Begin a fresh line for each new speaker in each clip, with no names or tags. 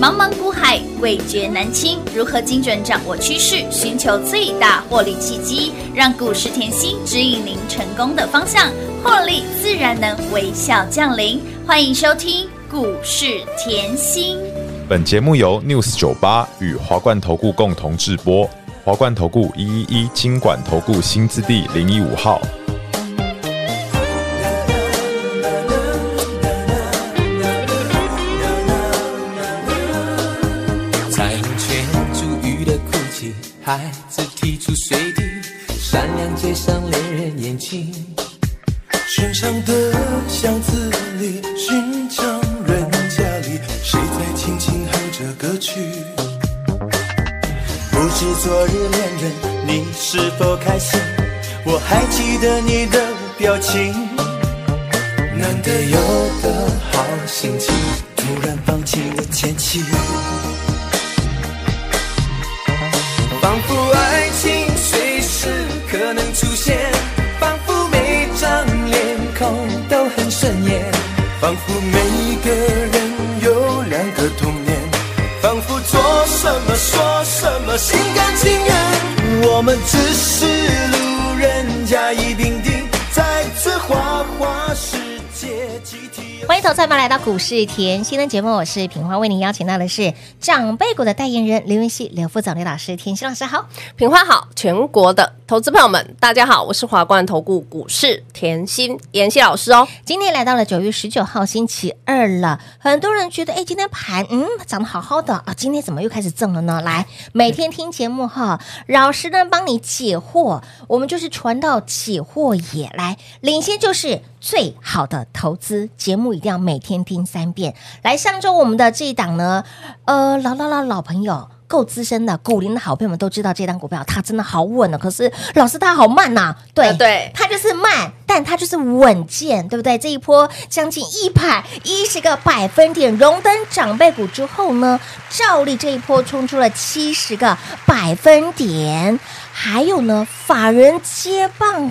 茫茫股海，味觉难清。如何精准掌握趋势，寻求最大获利契机，让股市甜心指引您成功的方向，获利自然能微笑降临。欢迎收听股市甜心。
本节目由 News 九八与华冠投顾共同制播，华冠投顾一一一金管投顾新字第零一五号。
才能牵住鱼的哭泣，孩子踢出水滴，善良街上恋人眼睛，
寻常的巷子里，寻常人家里，谁在轻轻哼着歌曲？不知昨日恋人，你是否开心？我还记得你的表情。难得有个好心情，突然放晴的天气，
仿佛爱情随时可能出现，仿佛每张脸孔都很顺眼，
仿佛每个人有两个童年，
仿佛做什么说什么心甘情愿，我们只是路人甲乙丙丁，在这花花世界集体。
欢迎投资者们来到股市甜心的节目，我是品花，为您邀请到的是长辈股的代言人刘云熙、刘副总、刘老师，甜心老师好。
品花好，全国的投资朋友们，大家好，我是华冠投顾股市甜心妍希老师哦。
今天来到了九月十九号星期二了，很多人觉得，哎，今天盘嗯涨得好好的啊，今天怎么又开始挣了呢？来，每天听节目哈，老师呢帮你解惑，我们就是传道解惑也来，领先就是最好的投资节目，一定要每天听三遍。来，上周我们的这一档呢，呃，老老老老朋友。够资深的股龄的好朋友们都知道，这档股票它真的好稳哦。可是老师它好慢呐、对、
呃对
它就是慢，但它就是稳健，对不对？这一波将近一百一十个百分点荣登长辈股之后呢，照例这一波冲出了七十个百分点，还有呢，法人接棒。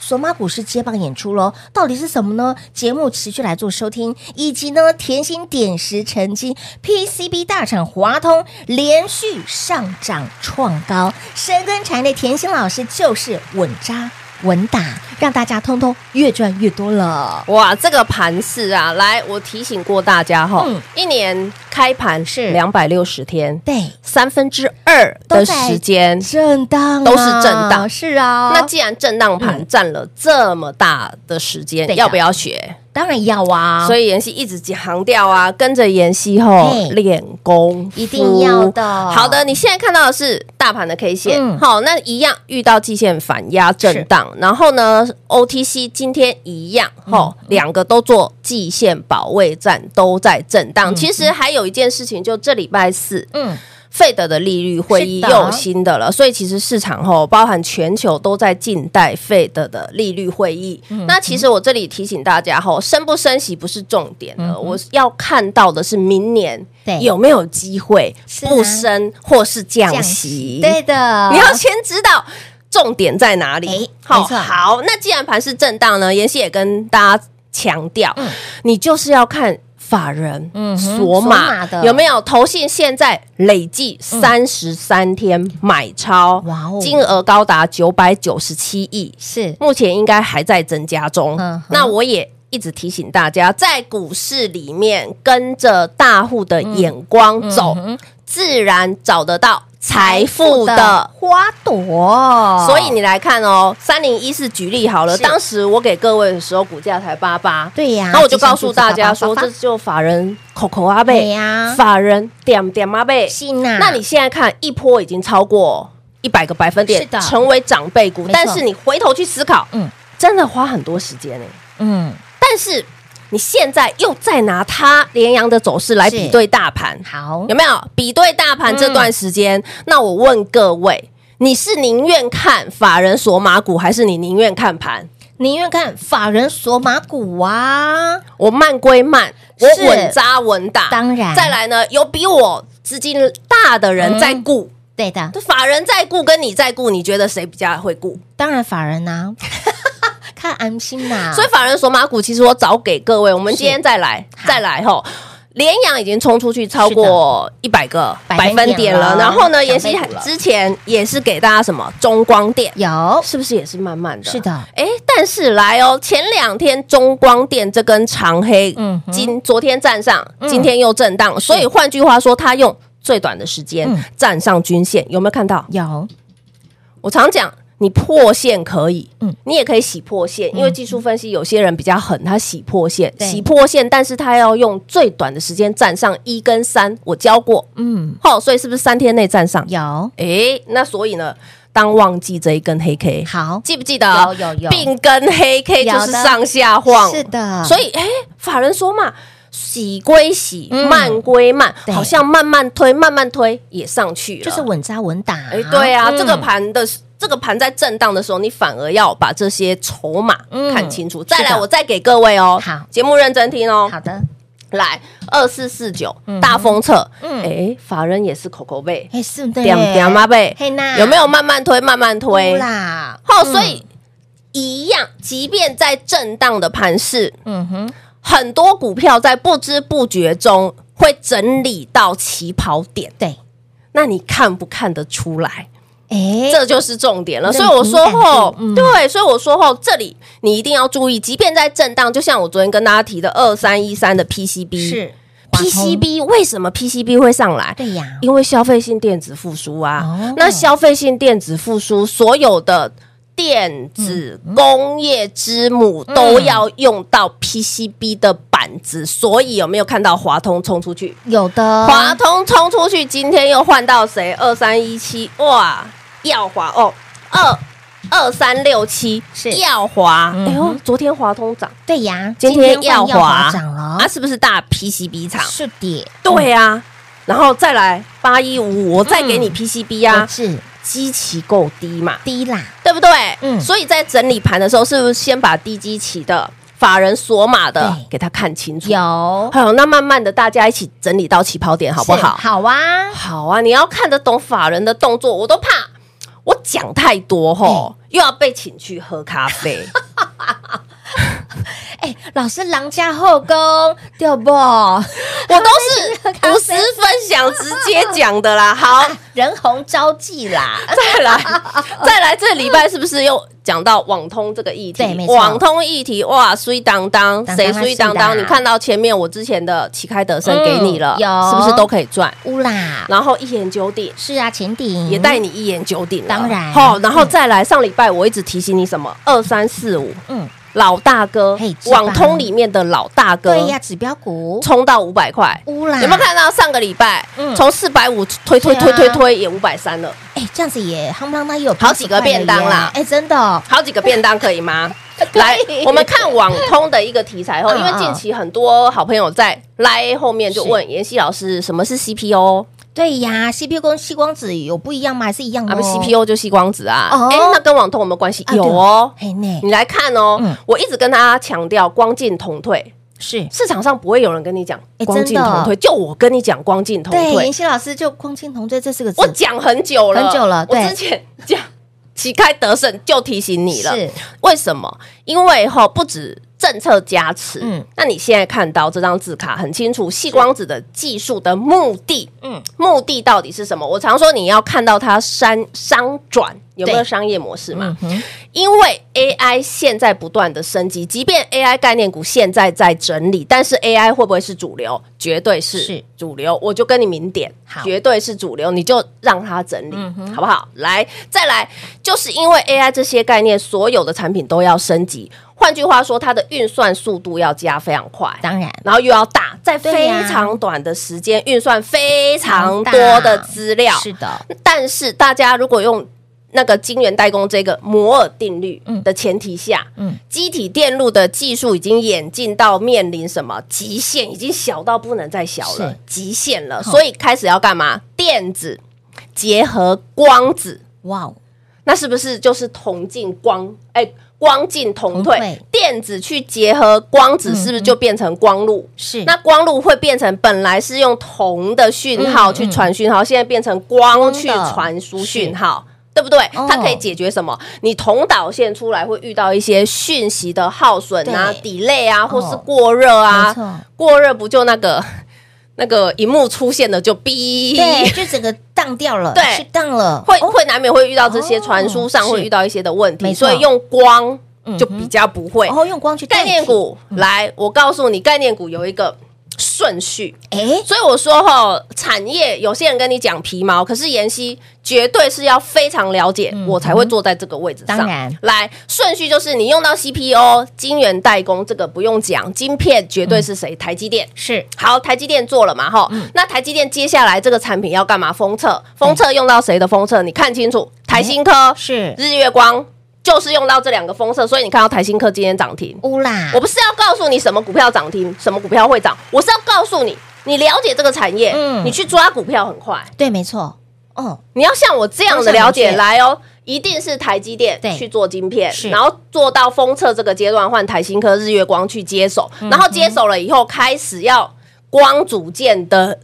索马股市接棒演出喽，到底是什么呢？节目持续来做收听，以及呢，甜心点石成金，PCB 大厂华通连续上涨创高，深耕产业的甜心老师就是稳扎稳打，让大家通通越赚越多了。
哇，这个盘势啊，来，我提醒过大家哈、
嗯
一年开盘是两百六十天，
对，
三分之二的时间。
震荡、
都啊是震荡
是啊。
那既然震荡盘占了这么大的时间，
嗯对呀
要不要学？
当然要啊，
所以妍希一直强调啊，跟着妍希后
嘿
练功夫，
一定要的
好的，你现在看到的是大盘的 K 线，
嗯
好，那一样遇到季线反压震荡，然后呢，OTC 今天一样，
嗯
吼，两个都做季线保卫战，都在震荡。其实还有一件事情，就这礼拜四，
嗯，
费德的利率会议
是
又
的
有新的了，所以其实市场吼，包含全球都在静待费德的利率会议。
嗯
那其实我这里提醒大家吼，升不升息不是重点了，我要看到的是明年
嗯对
有没有机会
是啊
不升或是降
降
息。
对的，
你要先知道重点在哪
哎
里。好
哦没错
好，那既然盘是震荡呢，妍希也跟大家强调，你就是要看。法人，
嗯
嗯，
哼索
索
马
马
的嗯
有没有投信？现在累计三十三天买超，
哇哦
金额高达九百九十七亿，
是
目前应该还在增加中。
嗯哼
那我也一直提醒大家，在股市里面跟着大户的眼
嗯
光走，自然找得到财富的。
花朵，
所以你来看哦，三零一四举例好了，
是
当时我给各位的时候，股价才八八，
对啊呀
然后我就告诉大家
就
说，
像
这
数字
就法人口口阿
对
贝
呀
法人点点阿贝，
是啊呐，
那你现在看一波已经超过一百个百分
是
点
的，
成为长辈股
没错，
但是你回头去思考，
嗯
嗯，真的花很多时间呢、
嗯，
但是你现在又再拿它连阳的走势来
是
比对大盘，
好
有没有比对大盘这段时间？
嗯
那我问各位，你是宁愿看法人索马股，还是你宁愿看盘？
宁愿看法人索马股啊，
我慢归慢，我
是
稳扎稳打。
当然嗯
再来呢，有比我资金大的人在顾，
对的，
就法人在顾跟你在顾，你觉得谁比较会顾？
当然法人 呐、看安心呐、啊
所以法人索马股，其实我早给各位，我们今天再来
好
再来吼。联阳已经冲出去超过一百个
百
百
分
分
点
点
了
了，然后呢，
长
妍
辈
希
股了
之前也是给大家什么中光电。
有
哦是不是也是慢慢的？
是的
哎，但是来哦，前两天中光电这根长黑，
嗯哼
今昨天站上，
嗯
今天又震荡，所以换句话说，它用最短的时间
嗯
站上均线，有没有看到？
有，
我常讲，你破线可以，
嗯
你也可以洗破线，因为技术分析有些人比较狠，他洗破线，
对
洗破线，但是他要用最短的时间站上一跟三，我教过，
嗯，
好、所以是不是三天内站上？
有
诶，那所以呢，当忘记这一根黑 K，
好，
记不记得？
有有有
并根黑 K
有
就是
的
上下晃，
是的，
所以，哎，法人说嘛，喜归喜，
嗯
慢归慢，
对
好像慢慢推，慢慢推也上去了，
就是稳扎稳打。
哎，对啊，
嗯
这个盘的这个盘在震荡的时候，你反而要把这些筹码
嗯
看清楚。
是
再
的
来，我再给各位哦，
好
节目认真听哦。
好的，
来，二四四九
嗯
大封测，
嗯
哎，法人也是口口背，
哎，是的，
点点妈背，
嘿呐，
有没有慢慢推，慢慢
有
推？
啦？嗯
好，所以一样，即便在震荡的盘势，
嗯哼，
很多股票在不知不觉中会整理到起跑点，
对，
那你看不看得出来？
哎，
这就是重点了。
那
所以我说后
敏感度嗯，
对，所以我说后，这里你一定要注意，即便在震荡，就像我昨天跟大家提的二三一三的 PCB，
是
PCB 为什么 PCB 会上来？
对呀
因为消费性电子复苏啊。
哦
那消费性电子复苏，所有的电子
嗯
工业之母都要用到 PCB 的板子，所以有没有看到华通冲出去？
有的
华通冲出去，今天又换到谁？二三一七，哇，耀华哦，二二三六七
是
耀华。
嗯
哎呦，昨天华通涨，
对呀，
今天
耀
耀华
涨了
啊，，是不是大 PCB 厂？
是的，
对啊，然后再来八一五五，我再给你 PCB
嗯我
啊，
是
基期够低嘛，
低啦，
对不对？
嗯
所以在整理盘的时候，是不是先把低基期的法人锁码的
对
给他看清楚？
有
还有，那慢慢的大家一起整理到起跑点，好不好？
是好啊，
好啊，你要看得懂法人的动作，我都怕我讲太多
嗯
吼，又要被请去喝 咖啡。
哎，老师狼家后宫对不？
我都是无私分享，直接讲的啦。 好，
人红招忌啦，
再来，再来，这礼拜是不是又讲到网通这个议
对没
题？
错
网通议题，哇，衰当当，
当当
谁
啊
衰
是的
当当？你看到前面我之前的旗开得胜给你了，
嗯有
是不是都可以赚？
乌啦，
然后一言九鼎。
是啊，前顶
也带你一言九鼎了，
当然
好，然后再来上礼拜我一直提醒你什么二三四五
嗯，
老大哥
嘿，知道
网通里面的老大哥，
对呀，指标股
冲到五百块，
乌啦，
有没有？看到上个礼拜
嗯
从四百五推
对
推
啊
推推推也五百三了，
哎，这样子也夯不啷当也有
好几个
80块了
便当啦
耶哎，真的哦，
好几个便当可 以吗？来，我们看网通的一个题材后，
嗯
因为近期很多好朋友在 Line 后面就问妍希老师什么是 CPU
对呀，CPU 跟吸光子有不一样吗？还是一样
啊？
哦
不，CPU 就细光子啊
哦。
哎，那跟网通有没有关系
啊？
有哦。
嘿呢，
你来看哦
嗯，
我一直跟大家强调光进同退，
是
市场上不会有人跟你讲
哎
光进
真的
同退，就我跟你讲光进同
对，
退
妍，希老师就光青同罪这四个字，
我讲很久了，
很久了
我
对
之前讲旗开得胜就提醒你了，
是
为什么？因为哈，不止政策加持，
嗯
嗯，那你现在看到这张字卡很清楚，细光子的技术的目的，
嗯
嗯，目的到底是什么？我常说你要看到它商商转有没有
对
商业模式嘛
嗯？哼，
因为 AI 现在不断的升级，即便 AI 概念股现在在整理，但是 AI 会不会是主流？绝对是
是
主流。我就跟你明点
好，嗯
绝对是主流，你就让它整理，好不好？来，再来，就是因为 AI 这些概念，所有的产品都要升级。换句话说，它的运算速度要加非常快，
当然
然后又要大，在
对
非
呀
常短的时间运算非常
大
多的资料，
是的，
但是大家如果用那个晶圆代工这个摩尔定律的前提下，
嗯
嗯，机体电路的技术已经演进到面临什么极限，已经小到不能再小了
是，
极限了，所以开始要干嘛？电子结合光子，
哇哦，
那是不是就是同进光？哎、光进同退，
同退嗯
电子去结合光子，是不是就变成光路？
是
那光路会变成本来是用铜的讯号
嗯
去传讯号，现在变成光去传输讯号。对不对？
哦
它可以解决什么？你铜导线出来会遇到一些讯息的耗损啊、
对
delay 啊，或是
哦
过热
没
啊
错。
过热不就那个那个荧幕出现的就哔，
对，就整个荡掉了，
对
是荡了，
会会难免会遇到这些传输上
哦
会
是
遇到一些的问题，
没错嗯哦
所以用光就比较不会。
然后用光去代
概
替
念，股
嗯
来，我告诉你，概念股有一个顺序，
哎，
所以我说哈，产业有些人跟你讲皮毛，可是妍希绝对是要非常了解，我才会坐在这个位置上。
当然
来顺序就是你用到 CPO、晶圆代工，这个不用讲，晶片绝对是谁？台积电。
是
好，台积电做了嘛？哈、
嗯
那台积电接下来这个产品要干嘛？封测，封测用到谁的封测？你看清楚，台新科、
是
日月光就是用到这两个封测，所以你看到台新科今天涨停。
乌啦
我，不是要告诉你什么股票涨停，什么股票会涨，我是要告诉你，你了解这个产业，
嗯
你去抓股票很快。
对，没错，哦，
你要像我这样的了解
方向明确
来哦，一定是台积电
对
去做晶片
是，
然后做到封测这个阶段，换台新科、日月光去接手，
嗯
然后接手了以后，开始要光组件的。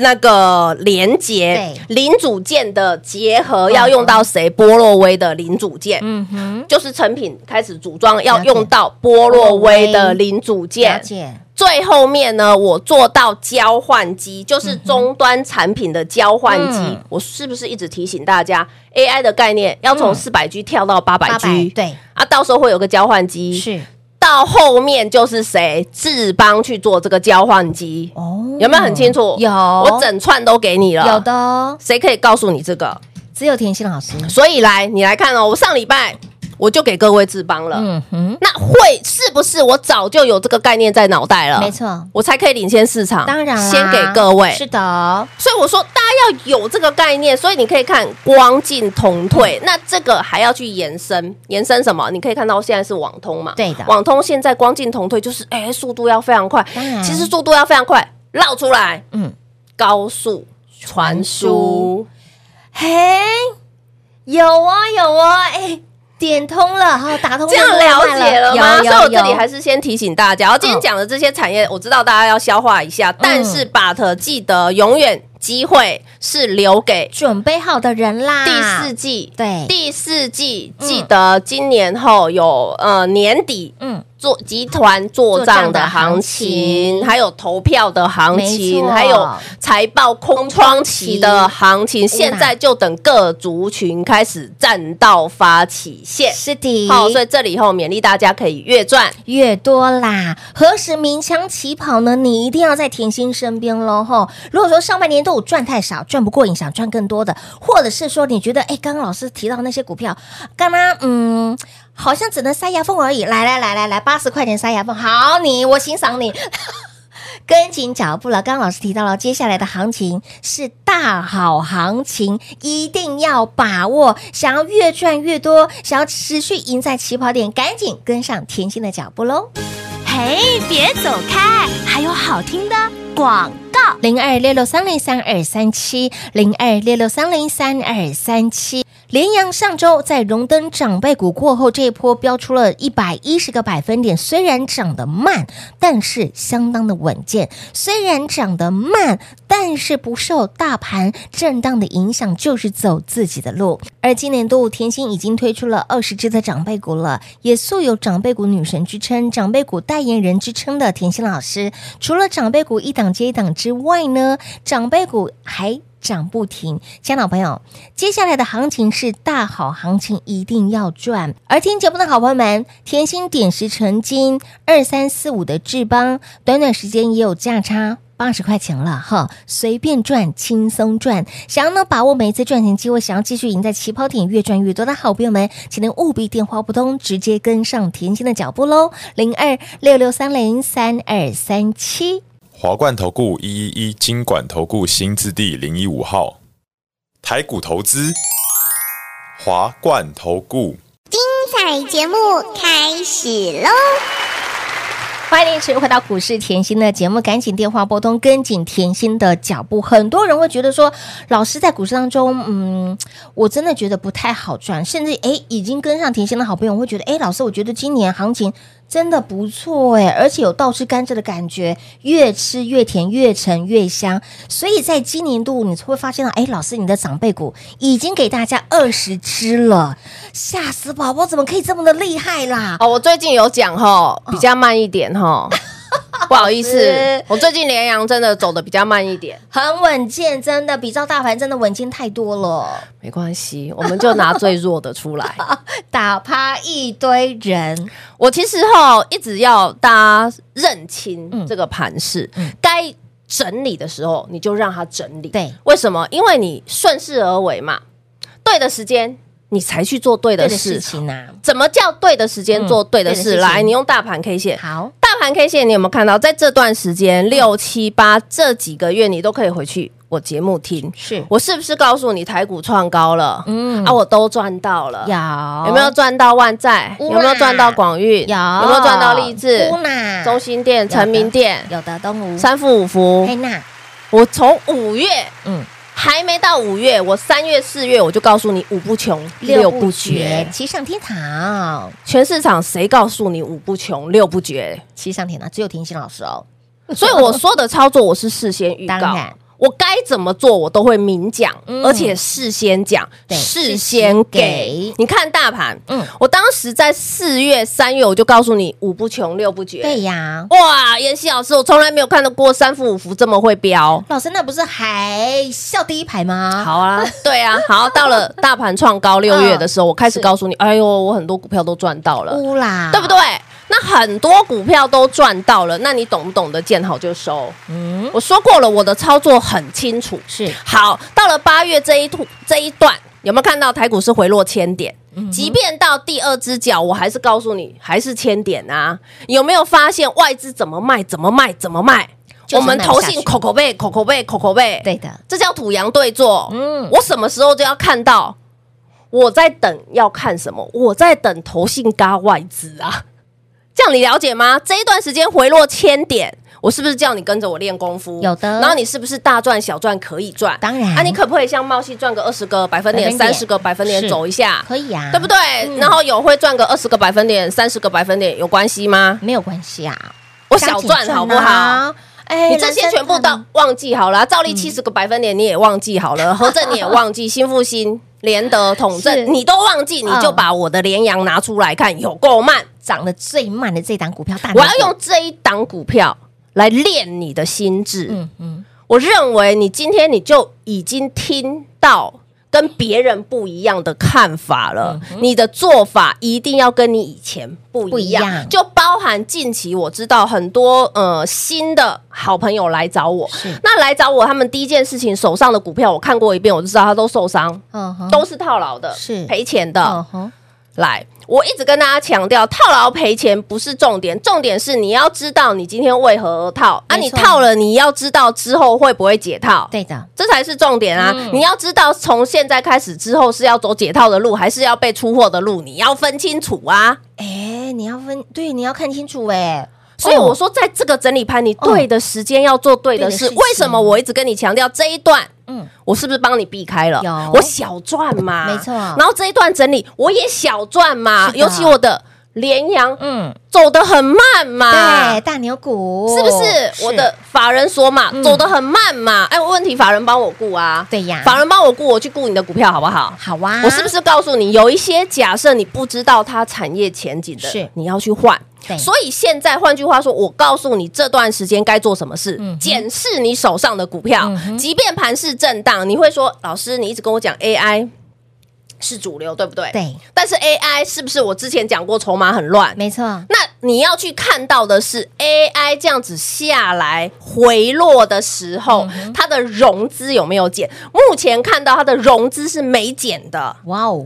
那个连接零组件的结合要用到谁？波洛威的零组件，
嗯哼，
就是成品开始组装要
了解
用到波
波洛
洛威
威
的零组
了
件，
解，
最后面呢，我做到交换机，就是终端产品的交换机。
嗯
我是不是一直提醒大家，AI 的概念要从四百 G 跳到八百
嗯八
G？
百，对，
啊，到时候会有个交换机，
是
到后面就是谁智邦去做这个交换机，
哦
有没有很清楚？
有，
我整串都给你了。
有，的哦，
谁可以告诉你这个？
只有甜心老师，
所以来，你来看哦，我上礼拜我就给各位智邦了。
嗯哼，
那会是不是我早就有这个概念在脑袋了？
没错，
我才可以领先市场。
当然啦
先给各位。
是的，
所以我说大家要有这个概念，所以你可以看光进同退，那这个还要去延伸，延伸什么？你可以看到现在是网通嘛，
对的
网通现在光进同退就是，哎、速度要非常快
当然，
其实速度要非常快，绕出来，
嗯
嗯，高速传输，
嘿，有啊有啊，哎，点通了，好，打通
这样了解了吗？
有嗯
所以我
有
这里
有，
还是先提醒大家，我今天讲的这些产业，我知道大家要消化一
嗯
下，但是 but 记得永远机会是留给
准备好的人啦，
第四季。
对，
第四季记得今年后有呃年底
嗯，
做集团做账的行
做账的行情
情，还有投票的行
没
情，
错
还有财报空窗期的行情。嗯现在就等各族群开始站到发起线。
是的，
好，所以这里以后勉励大家可以越赚
越多啦。何时鸣枪起跑呢？你一定要在甜心身边喽吼！如果说上半年都有赚太少，赚不过瘾，想赚更多的，或者是说你觉得，哎，刚刚老师提到那些股票，刚刚嗯。好像只能塞牙缝而已。来来来来来，八十块钱塞牙缝，好你，我欣赏你。跟紧脚步了。刚刚老师提到了，接下来的行情是大好行情，一定要把握。想要越赚越多，想要持续赢在起跑点，赶紧跟上甜心的脚步喽。
嘿，别走开，还有好听的广告。
零二六六三零三二三七，零二六六三零三二三七。联阳上周在荣登长辈股过后，这一波标出了一百一十个百分点，虽然涨得慢，但是相当的稳健。虽然涨得慢，但是不受大盘震荡的影响，就是走自己的路。而今年度甜心已经推出了二十只的长辈股了，也素有长辈股女神之称、长辈股代言人之称的甜心老师，除了长辈股一档接一档之外呢，长辈股还。涨不停，亲爱的朋友，接下来的行情是大好行情，一定要赚。而听节目的好朋友们，甜心点石成金二三四五的智邦，短短时间也有价差。八十块钱了哈，随便赚，轻松赚。想要呢把握每一次赚钱机会，想要继续赢在起跑点，越赚越多的好朋友们，请您务必电话不通，直接跟上甜心的脚步喽，零二六六三零三二三七。
华冠投顾一一一金管投顾新字第零一五号，台股投资，华冠投顾。
彩节目开始喽！
欢迎您持续回到股市甜心的节目，赶紧电话拨通，跟紧甜心的脚步。很多人会觉得说，老师在股市当中，嗯，我真的觉得不太好赚，甚至诶已经跟上甜心的好朋友会觉得，诶，老师，我觉得今年行情真的不错诶，而且有倒吃甘蔗的感觉，越吃越甜，越沉越香。所以在今年度，你会发现到，诶，老师，你的长辈股已经给大家二十只了，吓死宝宝，怎么可以这么的厉害啦？
哦 哦。我最近有讲哈，比较慢一点哈，不好意思，我最近连阳真的走的比较慢一点，
很稳健，真的比照大盘真的稳健太多了，
没关系，我们就拿最弱的出来。
打趴一堆人，
我其实哈一直要大家认清
嗯
这个盘势，该整理的时候你就让它整理。
对，
为什么？因为你顺势而为嘛，对的时间你才去做对
对
的
的事
事。
情啊，
怎么叫对的时间
嗯
做对的
对的
事？
事情
来，你用大盘 K 线，
好，嗯
大盘 K 线你有没有看到，在这段时间六七八这几个月，你都可以回去我节目听。
是
我是不是告诉你台股创高了？
嗯
啊，我都赚到了。
有
有没有赚到万载？
有
有
啊
没有赚到广运？
有
有没有赚到励志
呼、呐
中心店、
的嗯
成名店、
有的东吴
三富五福
黑？娜，
我从五月
嗯，
还没到五月，我三月、四月我就告诉你五不穷、
六不绝，。骑上天堂，
全市场谁告诉你五不穷、六不绝？
骑上天堂只有甜心老师哦，
所以我说的操作，我是事先预
当
告
然。
我该怎么做，我都会明讲，
嗯
而且事先讲，
对
事先
事先给
给。你看大盘，
嗯
嗯，我当时在四月、三月我就告诉你五不穷，六不绝。
对呀。
哇，妍希老师，我从来没有看到过三伏五伏这么会飙。
老师，那不是还笑第一排吗？
好啊，嗯对啊，好，到了大盘创高六月的时候，我开始告诉你，哎呦，我很多股票都赚到了，
乌啦，
对不对？那很多股票都赚到了，那你懂不懂得见好就收？
嗯，
我说过了，我的操作很清楚。
是
好，到了八月这一突这一段，有没有看到台股是回落千点？
嗯
即便到第二只脚，我还是告诉你，还是千点啊！有没有发现外资怎么卖，怎么卖，怎么卖？
就是
我们
卖不
投
下
信
去
口口背，口口背，口口背，
对的，
这叫土洋对坐。
嗯
嗯，我什么时候就要看到？我在等要看什么？我在等投信嘎外资啊！ 这样你了解吗？这一段时间回落千点，我是不是叫你跟着我练功夫？
有的
然后你是不是大赚小赚可以赚？
当然
啊，你可不可以像茂系赚个二十个百分点、
百分点
三十个百分点
是
走一下？
可以啊，
对不？对？然后有会赚个二十个百分点、三十个百分点有关系吗？
没有关系啊，
我小赚好不好？？
哎，
你这些
人生嗯
全部都
很
忘记好了啊，照例七十个百分点你也忘记好 了，和正你也忘记，新复兴、联德、统
是
正你都忘记，你就把我的联阳拿出来看，有够慢。
涨得最慢的这档股票，大
我要用这一档股票来练你的心智。
嗯嗯，
我认为你今天你就已经听到。跟别人不一样的看法了，你的做法一定要跟你以前不一样，
嗯不一样
就包含近期我知道很多呃新的好朋友来找我，
是，
那来找我，他们第一件事情手上的股票我看过一遍，我就知道他都受伤，
嗯哼，
都是套牢的，
是
赔钱的。
嗯哼，
来，我一直跟大家强调，套牢赔钱不是重点，重点是你要知道你今天为何而套啊，
没
你
错
套了，你要知道之后会不会解套。
对嗯的，
这才是重点啊！你要知道，从现在开始之后是要走解套的路，还是要被出货的路，你要分清楚啊！
哎，你要分，对，你要看清楚，哎，
所以我说，在这个整理盘，你对的时间要做对的事。
对的事情
为什么我一直跟你强调这一段？
嗯
嗯，我是不是帮你避开了？
有
我小赚嘛，
没错
然后这一段整理我也小赚嘛
是，的
尤其我的联阳
嗯，
走得很慢嘛
对，，大哦牛股
啊是不是？我的法人说嘛，走得很慢嘛。哎，问题法人帮我顾啊，
对呀
法人帮我顾，我去顾你的股票好不好？
好啊，
我是不是告诉你，有一些假设你不知道它产业前景的，
是
你要去换
对。
所以现在，换句话说，我告诉你这段时间该做什么事，
嗯
检视你手上的股票，即便盘势震荡，你会说，老师，你一直跟我讲 AI 是主流，对不对？。
对？
但是 AI 是不是我之前讲过筹码很乱？
没错，
那你要去看到的是 AI 这样子下来回落的时候，
嗯
它的融资有没有减？目前看到它的融资是没减的。
哇哦，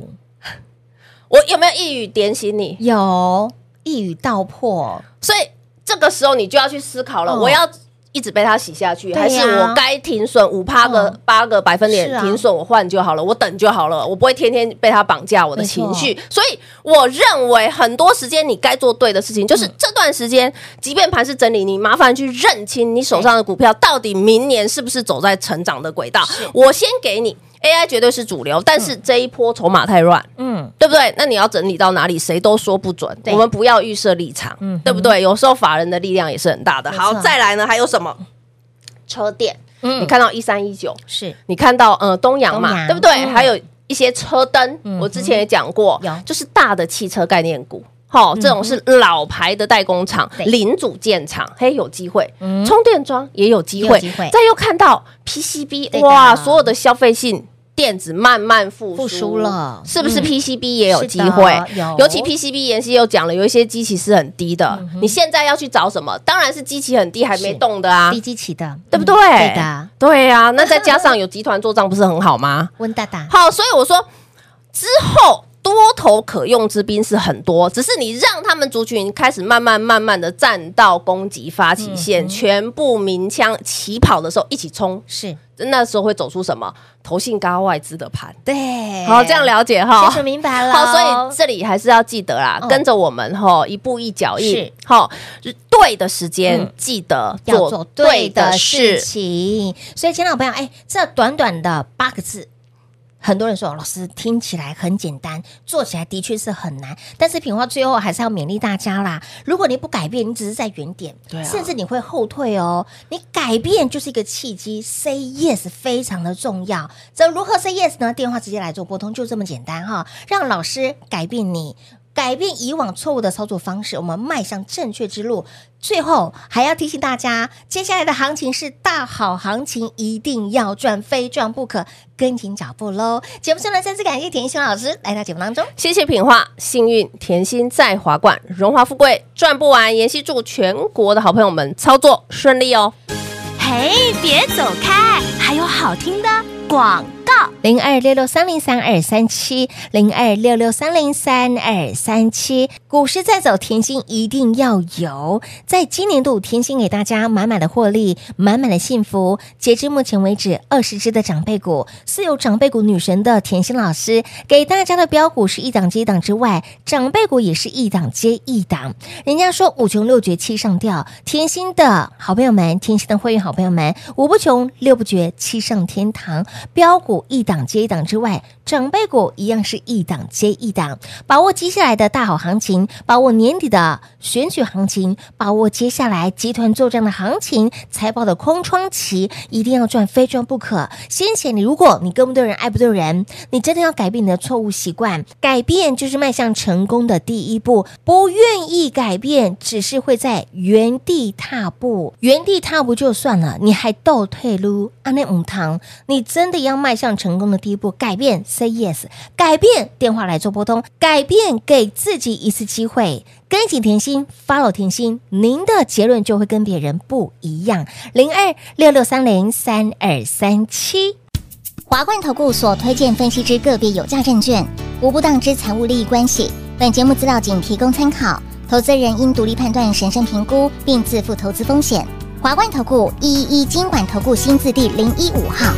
我有没有一语点醒你？
有一语道破，
所以这个时候你就要去思考了，
哦
我要一直被它洗下去，
对呀
还是我该停损五趴
哦
个八个百分点
是啊
停损，我换就好了，我等就好了，我不会天天被它绑架我的情绪。
嗯
所以我认为很多时间你该做对的事情，
嗯
就是这段时间，即便盘是整理，你麻烦去认清你手上的股票到底明年是不是走在成长的轨道。我先给你 AI 绝对是主流，但是这一波筹码太乱。
嗯，
对不对？那你要整理到哪里，谁都说不准。
对嗯
我们不要预设立场，对不对？有时候法人的力量也是很大的。
没错
好，再来呢，还有什么？车店，
嗯
你看到一三一九，
是
你看到呃东阳
东
嘛，
阳
对不对？
嗯
还有一些车灯，我之前也讲过
有，嗯
就是大的汽车概念股。好，这种是老牌的代工厂、
对
零组件厂，嘿，有机会
嗯。
充电桩也有机
也有
会
机会。
再又看到
对
PCB，
的
哇，所有的消费性。电子慢慢复
复苏了
是不是
嗯
PCB 也有
是
机
的
会？
有嗯
尤其 PCB 妍希又讲了，有一些机器是很低的，你现在要去找什么？当然是机器很低还没
是
动的啊，
低基期的，
对不对？
嗯对的，，
对呀、那再加上有集团做账，不是很好吗？
温大大，
好，所以我说之后多头可用之兵是很多，只是你让他们族群开始慢慢慢慢的站到攻击发起线，全部鸣枪起跑的时候一起冲，
是
那时候会走出什么投信高外资的盘？
对，
好，这样了解哈。
清楚明白了。
好，所以这里还是要记得啦，
嗯
跟着我们哈，一步一脚印
是，
好，对的时间
嗯
记得
要做对的事情。所以，亲爱的朋友，哎，这短短的八个字。很多人说，老师听起来很简单，做起来的确是很难。但是品花最后还是要勉励大家啦。如果你不改变，你只是在原点，甚至你会后退哦。你改变就是一个契机，say yes 非常的重要。这如何 say yes 呢？电话直接来做拨通，就这么简单哈、让老师改变你。改变以往错误的操作方式，我们迈向正确之路。最后还要提醒大家，接下来的行情是大好行情，一定要赚，非赚不可，跟紧脚步喽！节目最后呢，再次感谢田一老师来到节目当中。
谢谢品画，幸运甜心在华冠，荣华富贵赚不完。妍希祝全国的好朋友们操作顺利哦。
嘿，别走开，还有好听的广告。
零二六六三零三二三七，零二六六三零三二三七。股市在走，甜心一定要有。在今年度，甜心给大家满满的获利，满满的幸福。截至目前为止，二十只的长辈股是有长辈股女神的甜心老师给大家的标股是一档接一档之外，长辈股也是一档接一档。人家说五穷六绝七上吊，甜心的好朋友们，甜心的会员好朋友们，五不穷六不绝七上天堂，标股一档接一档之外，长辈股一样是一档接一档，把握接下来的大好行情，把握年底的选举行情，把握接下来集团作战的行情，财报的空窗期，一定要赚，非赚不可。先前你如果你跟不对人，爱不对人，你真的要改变你的错误习惯，改变就是迈向成功的第一步。不愿意改变，只是会在原地踏步，原地踏步就算了，你还倒退路，安内五堂，你真的要迈向成功的第一步，改变，say yes，改变，电话来做拨通，改变，给自己一次机会。跟紧甜心，follow 甜心，您的结论就会跟别人不一样。零二六六三零三二三七。
华冠投顾所推荐分析之个别有价证券，无不当之财务利益关系。本节目资料仅提供参考，投资人应独立判断、审慎评估，并自负投资风险。华冠投顾一一一金管投顾新字第零一五号。